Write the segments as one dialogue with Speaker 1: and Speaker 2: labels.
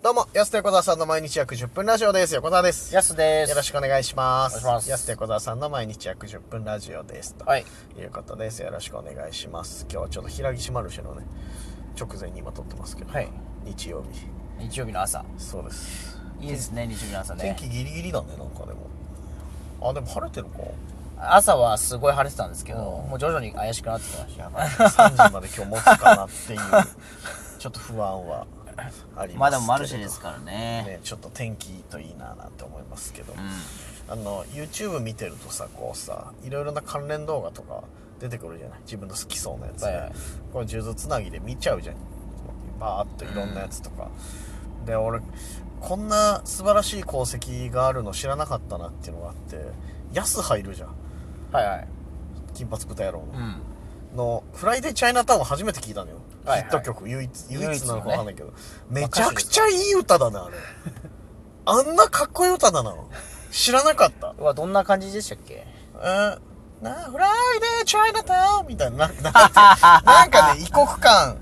Speaker 1: どうも、安手小沢さんの毎日約10分ラジオです。横澤です。
Speaker 2: やすです。
Speaker 1: よろしくお願いします。
Speaker 2: お願いします
Speaker 1: 安手小沢さんの毎日約10分ラジオです。と
Speaker 2: はい。
Speaker 1: いうことです。よろしくお願いします。今日はちょっと平岸マルシェのね、直前に今撮ってますけど、
Speaker 2: はい
Speaker 1: 日曜日。
Speaker 2: 日曜日の朝。
Speaker 1: そうです。
Speaker 2: いいですね、日曜日の朝
Speaker 1: 天
Speaker 2: ね。
Speaker 1: 気ギリギリだね、なんかでも。あ、でも晴れてるか。
Speaker 2: 朝はすごい晴れてたんですけど、
Speaker 1: うん
Speaker 2: もう徐々に怪しくなってきました。
Speaker 1: やばい、3時まで今日持つかなっていう ちょっと不安はありますけれど
Speaker 2: まあでもマルシェですからね。
Speaker 1: ねちょっと天気いいといいななんて思いますけど、
Speaker 2: う
Speaker 1: あの YouTube 見てるとさこうさいろいろな関連動画とか出てくるじゃない自分の好きそうなやつね、
Speaker 2: はいはい
Speaker 1: これ数珠つなぎで見ちゃうじゃんバーっといろんなやつとか、で俺こんな素晴らしい功績があるの知らなかったなっていうのがあってヤス入るじゃん
Speaker 2: ん。はいはい。
Speaker 1: 金髪豚野郎の、
Speaker 2: うん。
Speaker 1: の「フライデーチャイナタウン」初めて聞いたのよ、
Speaker 2: はいは
Speaker 1: ヒ
Speaker 2: い
Speaker 1: ット曲唯一唯一なのか
Speaker 2: 唯一のね
Speaker 1: わかんないけど、めちゃくちゃいい歌だねあれあんなかっこいい歌だな知らなかった
Speaker 2: うわ、どんな感じでしたっけ
Speaker 1: うんなフライデーチャイナタウンみたいななななんかね異国感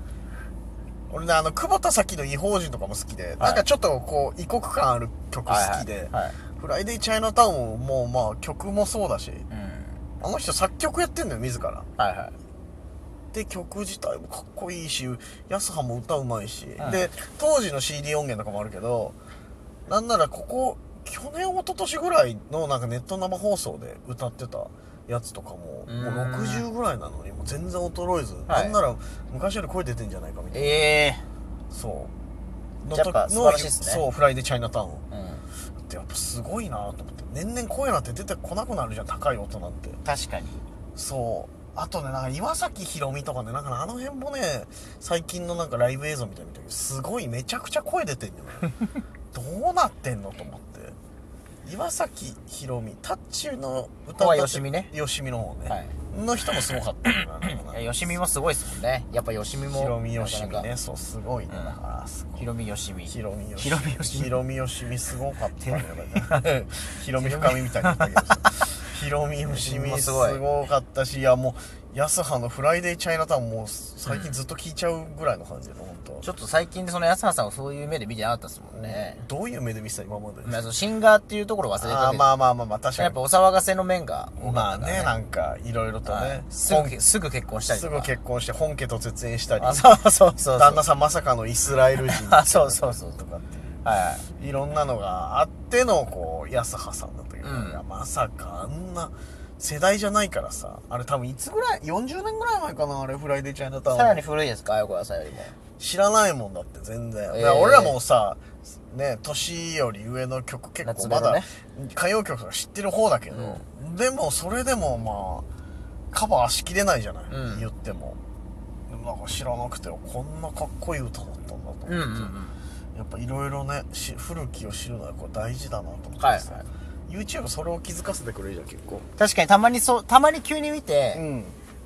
Speaker 1: 俺ねあの久保田咲の異邦人とかも好きで、なんかちょっとこう異国感ある曲好きで、
Speaker 2: はいはい。
Speaker 1: フライデーチャイナタウンももうまあ曲もそうだし
Speaker 2: うん。
Speaker 1: あの人作曲やってんのよ自ら
Speaker 2: はいはい。
Speaker 1: で曲自体もかっこいいし安葉も歌うまいし、
Speaker 2: うん
Speaker 1: で当時の CD 音源とかもあるけどなんならここ去年一昨年ぐらいのなんかネット生放送で歌ってたやつとかももう
Speaker 2: うーん
Speaker 1: 60ぐらいなのにもう全然衰えず、
Speaker 2: はい
Speaker 1: なんなら昔より声出てんじゃないかみたいな
Speaker 2: ええ
Speaker 1: そう
Speaker 2: じゃあやっ
Speaker 1: の
Speaker 2: ぱ
Speaker 1: 時
Speaker 2: 素晴らしいっすね
Speaker 1: そう「フライデーチャイナタウン」
Speaker 2: ー。うん。
Speaker 1: ってやっぱすごいなと思って年々声なんて出てこなくなるじゃん高い音なんて
Speaker 2: 確かに。
Speaker 1: そうあとねなんか岩崎宏美とかねなんかあの辺もね最近のなんかライブ映像みたいなの見たけどすごいめちゃくちゃ声出てんの よどうなってんのと思って岩崎宏美タッチの歌
Speaker 2: ここ
Speaker 1: だっ
Speaker 2: は
Speaker 1: て
Speaker 2: よしみね
Speaker 1: よしみの方ね、
Speaker 2: はい
Speaker 1: の人もすごかったよななんか
Speaker 2: え
Speaker 1: な
Speaker 2: よしみもすごいですもんね。やっぱよしみも。
Speaker 1: 宏美よし
Speaker 2: な
Speaker 1: み
Speaker 2: かな
Speaker 1: ね
Speaker 2: か。
Speaker 1: そうすごいね、
Speaker 2: うん
Speaker 1: だからすごい
Speaker 2: ひろみよしみ。
Speaker 1: ひろみよし
Speaker 2: ひろみよしみ
Speaker 1: ひろみよしみすごかったねひろみ深みみたいになったけどさひろみよしみすごかったしいやもう安葉の「フライデーチャイナタウン」もう最近ずっと聞いちゃうぐらいの感じだ本当
Speaker 2: ちょっと最近その安原さんをそういう目で見てなかったですもんね。
Speaker 1: どういう目で見てた今まで
Speaker 2: まあそのシンガーっていうところ忘れてたけど。
Speaker 1: あーまあまあまあまあ確
Speaker 2: や
Speaker 1: か
Speaker 2: っぱ
Speaker 1: に
Speaker 2: お騒がせの面が多
Speaker 1: ま
Speaker 2: か
Speaker 1: あ
Speaker 2: ったから
Speaker 1: ねなんかいろいろと
Speaker 2: は
Speaker 1: ね
Speaker 2: いすぐすぐ結婚したり
Speaker 1: す
Speaker 2: と
Speaker 1: ぐ
Speaker 2: か
Speaker 1: 結婚して本家と絶縁したり
Speaker 2: あそうそうそう
Speaker 1: 旦那さんまさかのイスラエル人
Speaker 2: あ そうそうそう
Speaker 1: とかっていう
Speaker 2: はい
Speaker 1: ろんなのがあってのこう安葉さんだったけど、
Speaker 2: うん
Speaker 1: いやまさかあんな世代じゃないからさあれ多分いつぐらい40年ぐらい前かなあれフライデーチャイナタ
Speaker 2: いさら
Speaker 1: ウン
Speaker 2: に古いですかあやこやさんよりも
Speaker 1: 知らないもんだって全然、
Speaker 2: ええ
Speaker 1: いや俺らもさね年より上の曲結構
Speaker 2: 夏
Speaker 1: ま
Speaker 2: 目の
Speaker 1: だ、
Speaker 2: ね
Speaker 1: 歌謡曲とか知ってる方だけど、でもそれでもまあカバーしきれないじゃない、
Speaker 2: うん
Speaker 1: 言ってもでもなんか知らなくてこんなかっこいい歌だったんだと思って、
Speaker 2: うんうんうん
Speaker 1: やっぱいろいろねし古きを知るのはこう大事だなと思って
Speaker 2: はい
Speaker 1: さ、YouTube それを気づかせてくれるじゃん結構
Speaker 2: 確かにたまにそうたまに急に見
Speaker 1: う
Speaker 2: て、
Speaker 1: ん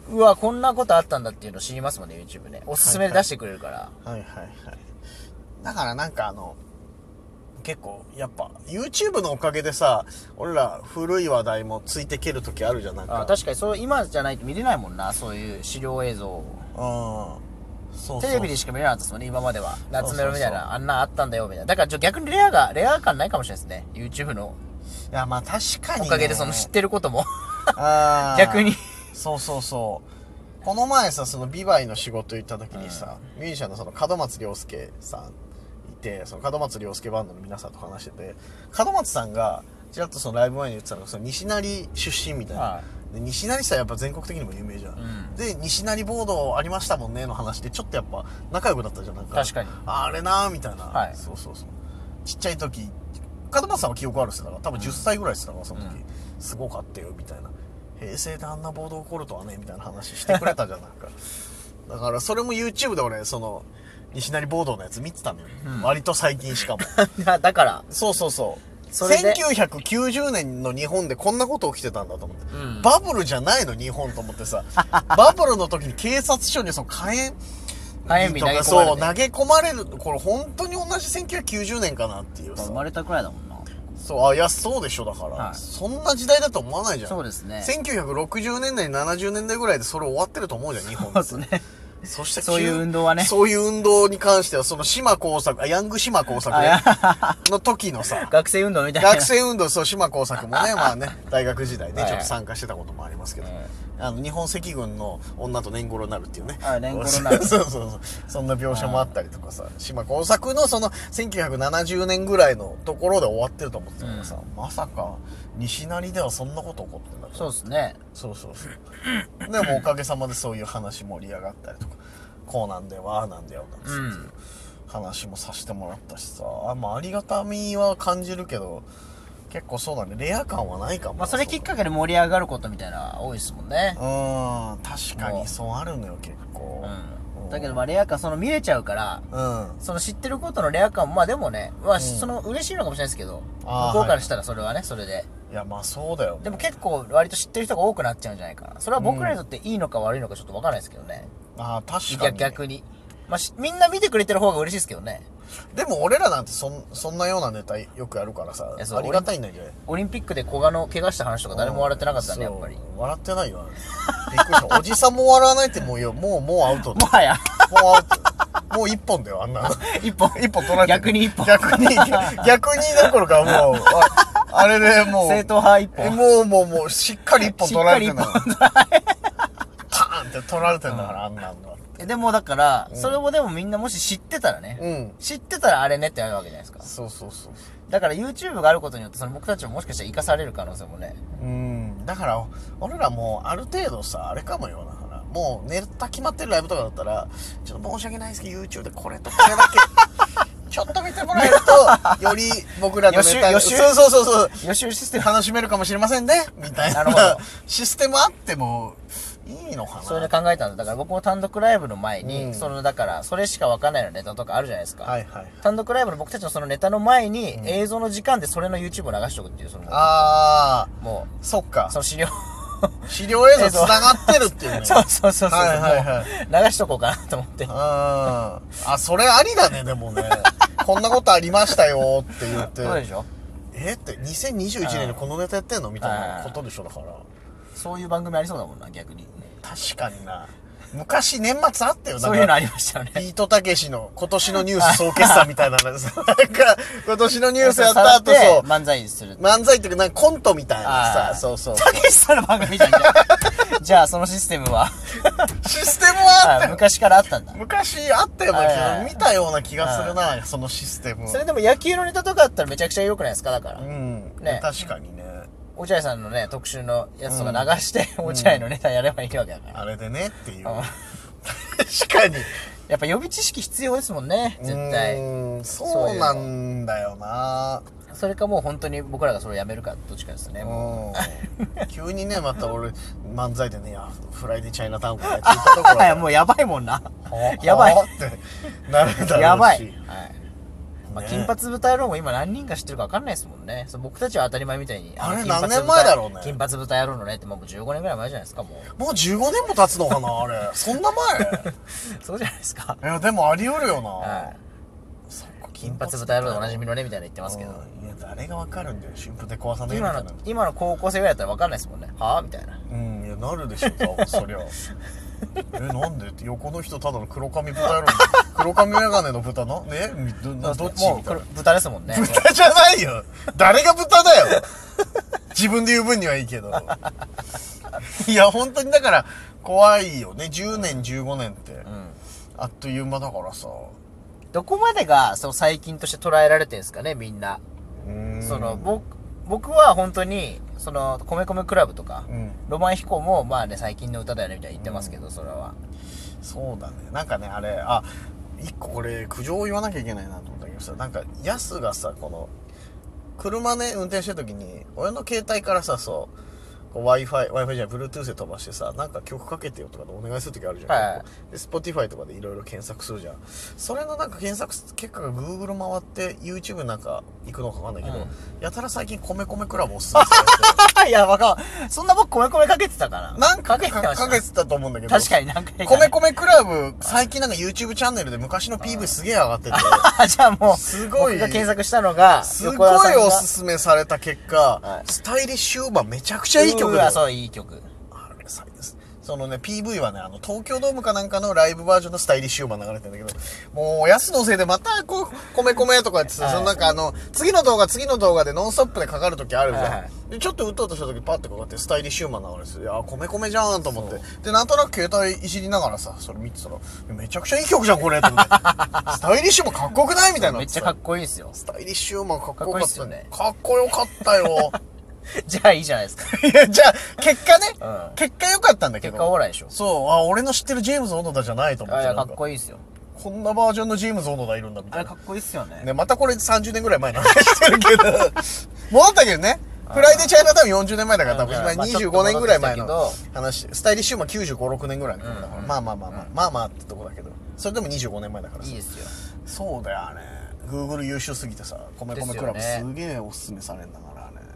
Speaker 2: うわこんなことあったんだっていうの知りますもんね YouTube ねおすすめで出してくれるから、
Speaker 1: はいはいはいだからなんかあの結構やっぱ YouTube のおかげでさ俺ら古い話題もついてける時あるじゃんなんか
Speaker 2: あ確かにそう今じゃないと見れないもんなそういう資料映像を
Speaker 1: うんそうそう
Speaker 2: テレビでしか見れなかったですもんね今までは夏メロ
Speaker 1: そうそう
Speaker 2: みたいな
Speaker 1: そう
Speaker 2: あんなあったんだよみたいなだからちょ逆にレアがレア感ないかもしれないですね YouTube の
Speaker 1: いやまあ確かに、ね、
Speaker 2: おかげでその知ってることも
Speaker 1: あー
Speaker 2: 逆に
Speaker 1: そうそうそうこの前さそのビバイの仕事行った時にさ、ミュージシャンのその門松亮介さんいてその門松亮介バンドの皆さんと話してて門松さんがちらっとそのライブ前に言ってたのがその西成出身みたいな、
Speaker 2: は
Speaker 1: で西成さんやっぱ全国的にも有名じゃん、
Speaker 2: うん
Speaker 1: で西成ボードありましたもんねの話でちょっとやっぱ仲良くなったじゃんなんか
Speaker 2: 確かに
Speaker 1: ああれなーみたいな、
Speaker 2: はい
Speaker 1: そうそうそうちっちゃい時門松さんは記憶あるっすよだから多分10歳ぐらいっすだからその時、
Speaker 2: うん
Speaker 1: すごかったよみたいな平成であんな暴動起こるとはねみたいな話してくれたじゃんなんか だからそれも YouTube で俺その西成暴動のやつ見てたのよ、
Speaker 2: うん
Speaker 1: 割と最近し かも
Speaker 2: だから
Speaker 1: そうそうそう
Speaker 2: それで
Speaker 1: 1990年の日本でこんなこと起きてたんだと思って、
Speaker 2: うん
Speaker 1: バブルじゃないの日本と思って さバブルの時に警察署にその火炎
Speaker 2: 火炎瓶投げ込まれて
Speaker 1: そう投げ込まれるこれ本当に同じ1990年かなっていうさ
Speaker 2: 生まれたくらいだもんな
Speaker 1: そうあいやそうでしょだから、
Speaker 2: はい
Speaker 1: そんな時代だと思わないじゃん
Speaker 2: そうですね
Speaker 1: 1960年代70年代ぐらいでそれ終わってると思うじゃん日本って
Speaker 2: そうですね
Speaker 1: そして
Speaker 2: そういう運動はね
Speaker 1: そういう運動に関しては、その島工作、あ、ヤング島工作ね
Speaker 2: あ
Speaker 1: の時 のさ、
Speaker 2: 学生運動みたいな。
Speaker 1: 学生運動、そう、島工作も ね、まあね、大学時代ね、
Speaker 2: はい
Speaker 1: ちょっと参加してたこともありますけど、
Speaker 2: え
Speaker 1: あの、日本赤軍の女と年頃になるっていうね。
Speaker 2: あ年頃にな る
Speaker 1: そうそうそう。そんな描写もあったりとかさ、島工作のその、1970年ぐらいのところで終わってると思ってたからさ、まさか、西成ではそんなこと起こってんだと
Speaker 2: そうですね。
Speaker 1: そうそうそう。でもおかげさまでそういう話盛り上がったりとか、こうなんだよ、ああなんだよ、なんつって
Speaker 2: うん
Speaker 1: 話もさせてもらったしさ、あまあ、ありがたみは感じるけど、結構そうだね、レア感はないかも。
Speaker 2: まあそれきっか
Speaker 1: け
Speaker 2: けで盛り上がることみたいな多いですもんね
Speaker 1: う。ーん、確かにそうあるのよ、結構。
Speaker 2: うん。だけどまあレア感、その見えちゃうから、
Speaker 1: うん。
Speaker 2: その知ってることのレア感も、まあでもね、まあ、
Speaker 1: ん
Speaker 2: その嬉しいのかもしれないですけど、
Speaker 1: あー
Speaker 2: 向こうからしたらそれはね、それで。
Speaker 1: いや、まあそうだよ。
Speaker 2: でも結構割と知ってる人が多くなっちゃうんじゃないかな。それは僕らにとっていいのか悪いのかちょっとわからないですけどね。
Speaker 1: ああ、確か
Speaker 2: 逆
Speaker 1: に。
Speaker 2: 逆に。まあしみんな見てくれてる方が嬉しいですけどね。
Speaker 1: でも俺らなんてそん、そんなようなネタよくやるからさ
Speaker 2: いや、そう
Speaker 1: ありがたいんだよね。
Speaker 2: オリンピックで古賀の怪我した話とか誰も笑ってなかったね、や
Speaker 1: そう
Speaker 2: っぱり。も
Speaker 1: 笑ってないよ、あれびっくりした。おじさんも笑わないってもう よ、もう、もうアウトだよ
Speaker 2: はや、
Speaker 1: もうアウト。もう一本だよ、あんなの。
Speaker 2: 一本、
Speaker 1: 一本取られてる
Speaker 2: 逆に一本。
Speaker 1: 逆に、逆にどころかもう、ああれでもう、
Speaker 2: 正統派一
Speaker 1: え
Speaker 2: 本。
Speaker 1: もうもうもう、しっかり一本取られてんだ
Speaker 2: しっ
Speaker 1: か。
Speaker 2: から
Speaker 1: パーンって取られてんだから、あんなんだ。
Speaker 2: えでもだから、それもでもみんなもし知ってたらね、
Speaker 1: うん。
Speaker 2: 知ってたらあれねってなるわけじゃないですか。
Speaker 1: そうそうそう。
Speaker 2: だから YouTube があることによって、その僕たちももしかしたら生かされる可能性もね。
Speaker 1: うん。だから、俺らもう、ある程度さ、あれかもよ、だから。もう、ネタ決まってるライブとかだったら、ちょっと申し訳ないですけど、YouTube でこれとこれだけ、 ちょっと見てもらえると、より僕らのネタが
Speaker 2: 予習予習
Speaker 1: そうそうそうそう。
Speaker 2: 予習シス
Speaker 1: で
Speaker 2: テム。
Speaker 1: 楽しめるかもしれませんね、みたいな
Speaker 2: なるほど
Speaker 1: システムあってもいいのかな。
Speaker 2: それで考えたんだ。だから僕も単独ライブの前に、
Speaker 1: うん
Speaker 2: その、だから、それしかわかんないようなネタとかあるじゃないですか。
Speaker 1: はいはい。
Speaker 2: 単独ライブの僕たちのそのネタの前に、映像の時間でそれの YouTube を流しておくっていう、その、
Speaker 1: あ
Speaker 2: も
Speaker 1: ー、そっか
Speaker 2: う、そ。の資料。
Speaker 1: 資料映像繋がってるっていうね。
Speaker 2: そうそうそうそう。
Speaker 1: はいはいは
Speaker 2: もう流しとこうかなと思って
Speaker 1: うん。。あ、それありだね、でも ね。こんなことありましたよって言って。
Speaker 2: そうでしょ
Speaker 1: えって、2021年にこのネタやってんのみたいなことでしょ、だから。
Speaker 2: そういう番組ありそうだもんな、逆に。
Speaker 1: 確かにな。昔年末あったよ、だ
Speaker 2: そ
Speaker 1: か
Speaker 2: ういうの
Speaker 1: ら。
Speaker 2: ありましたよね。
Speaker 1: ビートたけしの今年のニュース総決算み たいなのさ、なんか、今年のニュースやった後、
Speaker 2: さら
Speaker 1: そ
Speaker 2: っ
Speaker 1: う
Speaker 2: て、漫才する。
Speaker 1: 漫才っていうか、なんかコントみたいなさ
Speaker 2: あー、
Speaker 1: そうそう。
Speaker 2: たけしさんの番組じゃん。じゃあじゃあ、そのシステム は、
Speaker 1: システムはあった
Speaker 2: あ
Speaker 1: よ。
Speaker 2: 昔からあったんだ。
Speaker 1: 昔あったような気
Speaker 2: はいはい
Speaker 1: が、見たような気がするな、そのシステム。
Speaker 2: それでも野球のネタとかあったらめちゃくちゃ良くないですかだから
Speaker 1: う。ん。
Speaker 2: ね
Speaker 1: 確かにね。
Speaker 2: 落合さんのね、特集のやつとか流して、落合のネタやればいいわけだから。
Speaker 1: あれでねっていう。
Speaker 2: うん
Speaker 1: 確かに。
Speaker 2: やっぱ予備知識必要ですもんね、絶
Speaker 1: う
Speaker 2: 対。
Speaker 1: ーん。そうなんだよな。
Speaker 2: それかもう本当に僕らがそれをやめるか、どっちかですよね。
Speaker 1: うん。急にね、また俺、漫才でね、いや、フライディチャイナタウン から聞いたところ
Speaker 2: は
Speaker 1: で
Speaker 2: い、もうやばいもんな。
Speaker 1: はあ
Speaker 2: やばい
Speaker 1: はあってなるだろうし。
Speaker 2: やばい。はい。まあ、
Speaker 1: ね
Speaker 2: 金髪豚野郎も今何人か知ってるか分かんないですもんね。そう僕たちは当たり前みたいに。
Speaker 1: あれ
Speaker 2: の金髪
Speaker 1: 何年
Speaker 2: 豚
Speaker 1: 前だろうね
Speaker 2: 金髪豚野郎のねってもう15年ぐらい前じゃないですか、も
Speaker 1: もう15年も経つのかな、あれ。そんな 前
Speaker 2: う。そうじゃないですか。
Speaker 1: いや、でもあり得るよな。
Speaker 2: はい。
Speaker 1: そっか
Speaker 2: 金髪豚野郎でおなじみのねみたいな言ってますけど。
Speaker 1: うんいや誰がわかるんだよ新婦で壊さねえみた
Speaker 2: 今
Speaker 1: いな
Speaker 2: の、今の高校生ぐらいだったら分かんないですもんね。はぁみたいな。
Speaker 1: うんいやなるでしょ多分そりゃ えなんでって横の人ただの黒髪豚やろ 黒髪メガネの豚なねみどなどっち
Speaker 2: も
Speaker 1: み
Speaker 2: う
Speaker 1: たい
Speaker 2: これ
Speaker 1: な
Speaker 2: 豚ですもんね。
Speaker 1: 豚じゃないよ誰が豚だよ自分で言う分にはいい けどいや本当にだから怖いよね10年15年って、
Speaker 2: うん。
Speaker 1: あっという間だからさ
Speaker 2: どこまでが、その最近として捉えられてるんですかね、みんな。
Speaker 1: うん
Speaker 2: その、僕、僕は本当に、その、米米クラブとか、
Speaker 1: うん
Speaker 2: ロマン飛行も、まあね、最近の歌だよね、みたいに言ってますけど、それは。
Speaker 1: そうだねなんかねあれあ一個これ苦情を言わなきゃいけないなと思ったけどさなんかヤスがさこの車ね運転してる時に俺の携帯からさそうこう Wi-Fi、Wi-Fi じゃない、Bluetooth で飛ばしてさ、なんか曲かけてよとかでお願いするときあるじゃん。
Speaker 2: はい
Speaker 1: 結構で、Spotify とかでいろいろ検索するじゃん。それのなんか検索結果が Google 回って YouTube なんか行くのかわかんないけど、
Speaker 2: うん
Speaker 1: やたら最近米米クラブおすすめ されてる
Speaker 2: いや、わかんそんな僕、米米かけてたかな。
Speaker 1: なんか
Speaker 2: かけてました
Speaker 1: かけてたと思うんだけど。
Speaker 2: 確かになんか、
Speaker 1: 米。米クラブ、最近なんか YouTube チャンネルで昔の PV すげえ上がってて、
Speaker 2: あ、 じゃあもう、
Speaker 1: すごい
Speaker 2: 僕が検索したのが、
Speaker 1: すご
Speaker 2: 横田さん
Speaker 1: い
Speaker 2: が
Speaker 1: おすすめされた結果
Speaker 2: は、い
Speaker 1: スタイリッシュウーバーめちゃくちゃいい曲
Speaker 2: う
Speaker 1: だ
Speaker 2: わ、
Speaker 1: よ。
Speaker 2: そう、いい曲。
Speaker 1: あれさそのね、PV はね、あの、東京ドームかなんかのライブバージョンのスタイリッシュウーマン流れてるんだけど、もう、やすのせいでまた、こう、米米とかってさ、
Speaker 2: はい
Speaker 1: そのなんかあの、次の動画、次の動画でノンストップでかかる時あるじゃん。
Speaker 2: はい
Speaker 1: で、ちょっと打とうとした時パッてかかって、スタイリッシュウーマン流れてて、あ、米米じゃんと思って。で、なんとなく携帯いじりながらさ、それ見てたら、めちゃくちゃいい曲じゃん、これと思って スタイリッシュウーマンかっこよくないみたいな。
Speaker 2: めっちゃかっこいいですよ。
Speaker 1: スタイリッシュウーマンかっこよかったね。
Speaker 2: か
Speaker 1: かっこよかった よ。
Speaker 2: じゃあいいじゃないで すか。
Speaker 1: いや、じゃあ、結果ね、
Speaker 2: うん
Speaker 1: 結果良かったんだけど。
Speaker 2: 結果オーライでしょ。
Speaker 1: そう、あ、俺の知ってるジェームズ・オノダじゃないと思っ
Speaker 2: あ
Speaker 1: て
Speaker 2: いや、か
Speaker 1: なん
Speaker 2: っ
Speaker 1: か
Speaker 2: こいいですよ。
Speaker 1: こんなバージョンのジェームズ・オノダいるんだみたいな。
Speaker 2: っこいいっすよね
Speaker 1: ね、またこれ30年ぐらい前の話してるけど、 戻ったけどね。フライデーチャイナタウン40年前だから多分
Speaker 2: うん
Speaker 1: 今
Speaker 2: まあちょっと
Speaker 1: 25年ぐらい前の
Speaker 2: 戻ってき
Speaker 1: 話、スタイリッシュマン95、6年ぐらいの頃だから、
Speaker 2: うん
Speaker 1: まあまあまあまあ、まあまあってとこだけど、それでも25年前だからさ
Speaker 2: いいですよ。
Speaker 1: そうだよあれ Google 優秀すぎてさ米米クラブ
Speaker 2: ですよ
Speaker 1: すげえおすすめされんだからね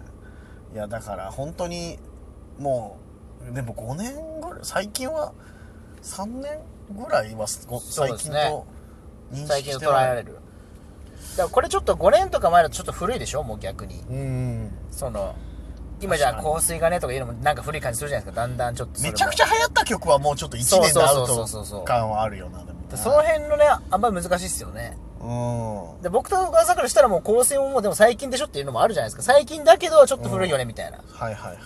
Speaker 1: いやだから本当にもうでも5年ぐらい最近は3年ぐらいはご
Speaker 2: そう
Speaker 1: 最
Speaker 2: です
Speaker 1: 近
Speaker 2: ね
Speaker 1: と認
Speaker 2: 最
Speaker 1: 識し
Speaker 2: 近
Speaker 1: て
Speaker 2: 捉えら
Speaker 1: は
Speaker 2: れる。だからこれちょっと5年とか前だとちょっと古いでしょもう逆に。
Speaker 1: うん
Speaker 2: その、今じゃあ香水がねとか言うのもなんか古い感じするじゃないですか。だんだんちょっとそれ
Speaker 1: め
Speaker 2: も
Speaker 1: ちゃくちゃ流行った曲はもうちょっと1年でアウ
Speaker 2: そうそうそうそうそ
Speaker 1: ト
Speaker 2: う
Speaker 1: 感はあるよなでもな
Speaker 2: その辺のね、あんまり難しいっすよね。
Speaker 1: うん
Speaker 2: で、僕と小川桜したらもう香水ももうでも最近でしょっていうのもあるじゃないですか。最近だけどちょっと古いよねみたいな。
Speaker 1: はいはいはい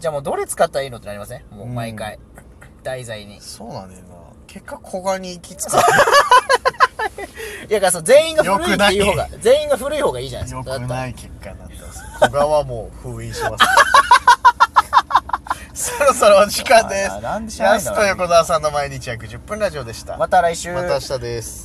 Speaker 2: じゃあもうどれ使ったらいいのってなりませんもう毎回。題材に。い
Speaker 1: そうなんだよな結果古賀に行き着く
Speaker 2: や、だからそう全員が古いっていう方
Speaker 1: よ
Speaker 2: が、全員が古い方がいいじゃないです
Speaker 1: 良
Speaker 2: か。
Speaker 1: く
Speaker 2: だっ
Speaker 1: ない結果になってます小川はもう封印します そろそろお時間で
Speaker 2: あーなんです知らないん
Speaker 1: 安
Speaker 2: だろう
Speaker 1: と
Speaker 2: ね
Speaker 1: 横澤さんの毎日約10分ラジオでした
Speaker 2: たらまた来週。
Speaker 1: また明日です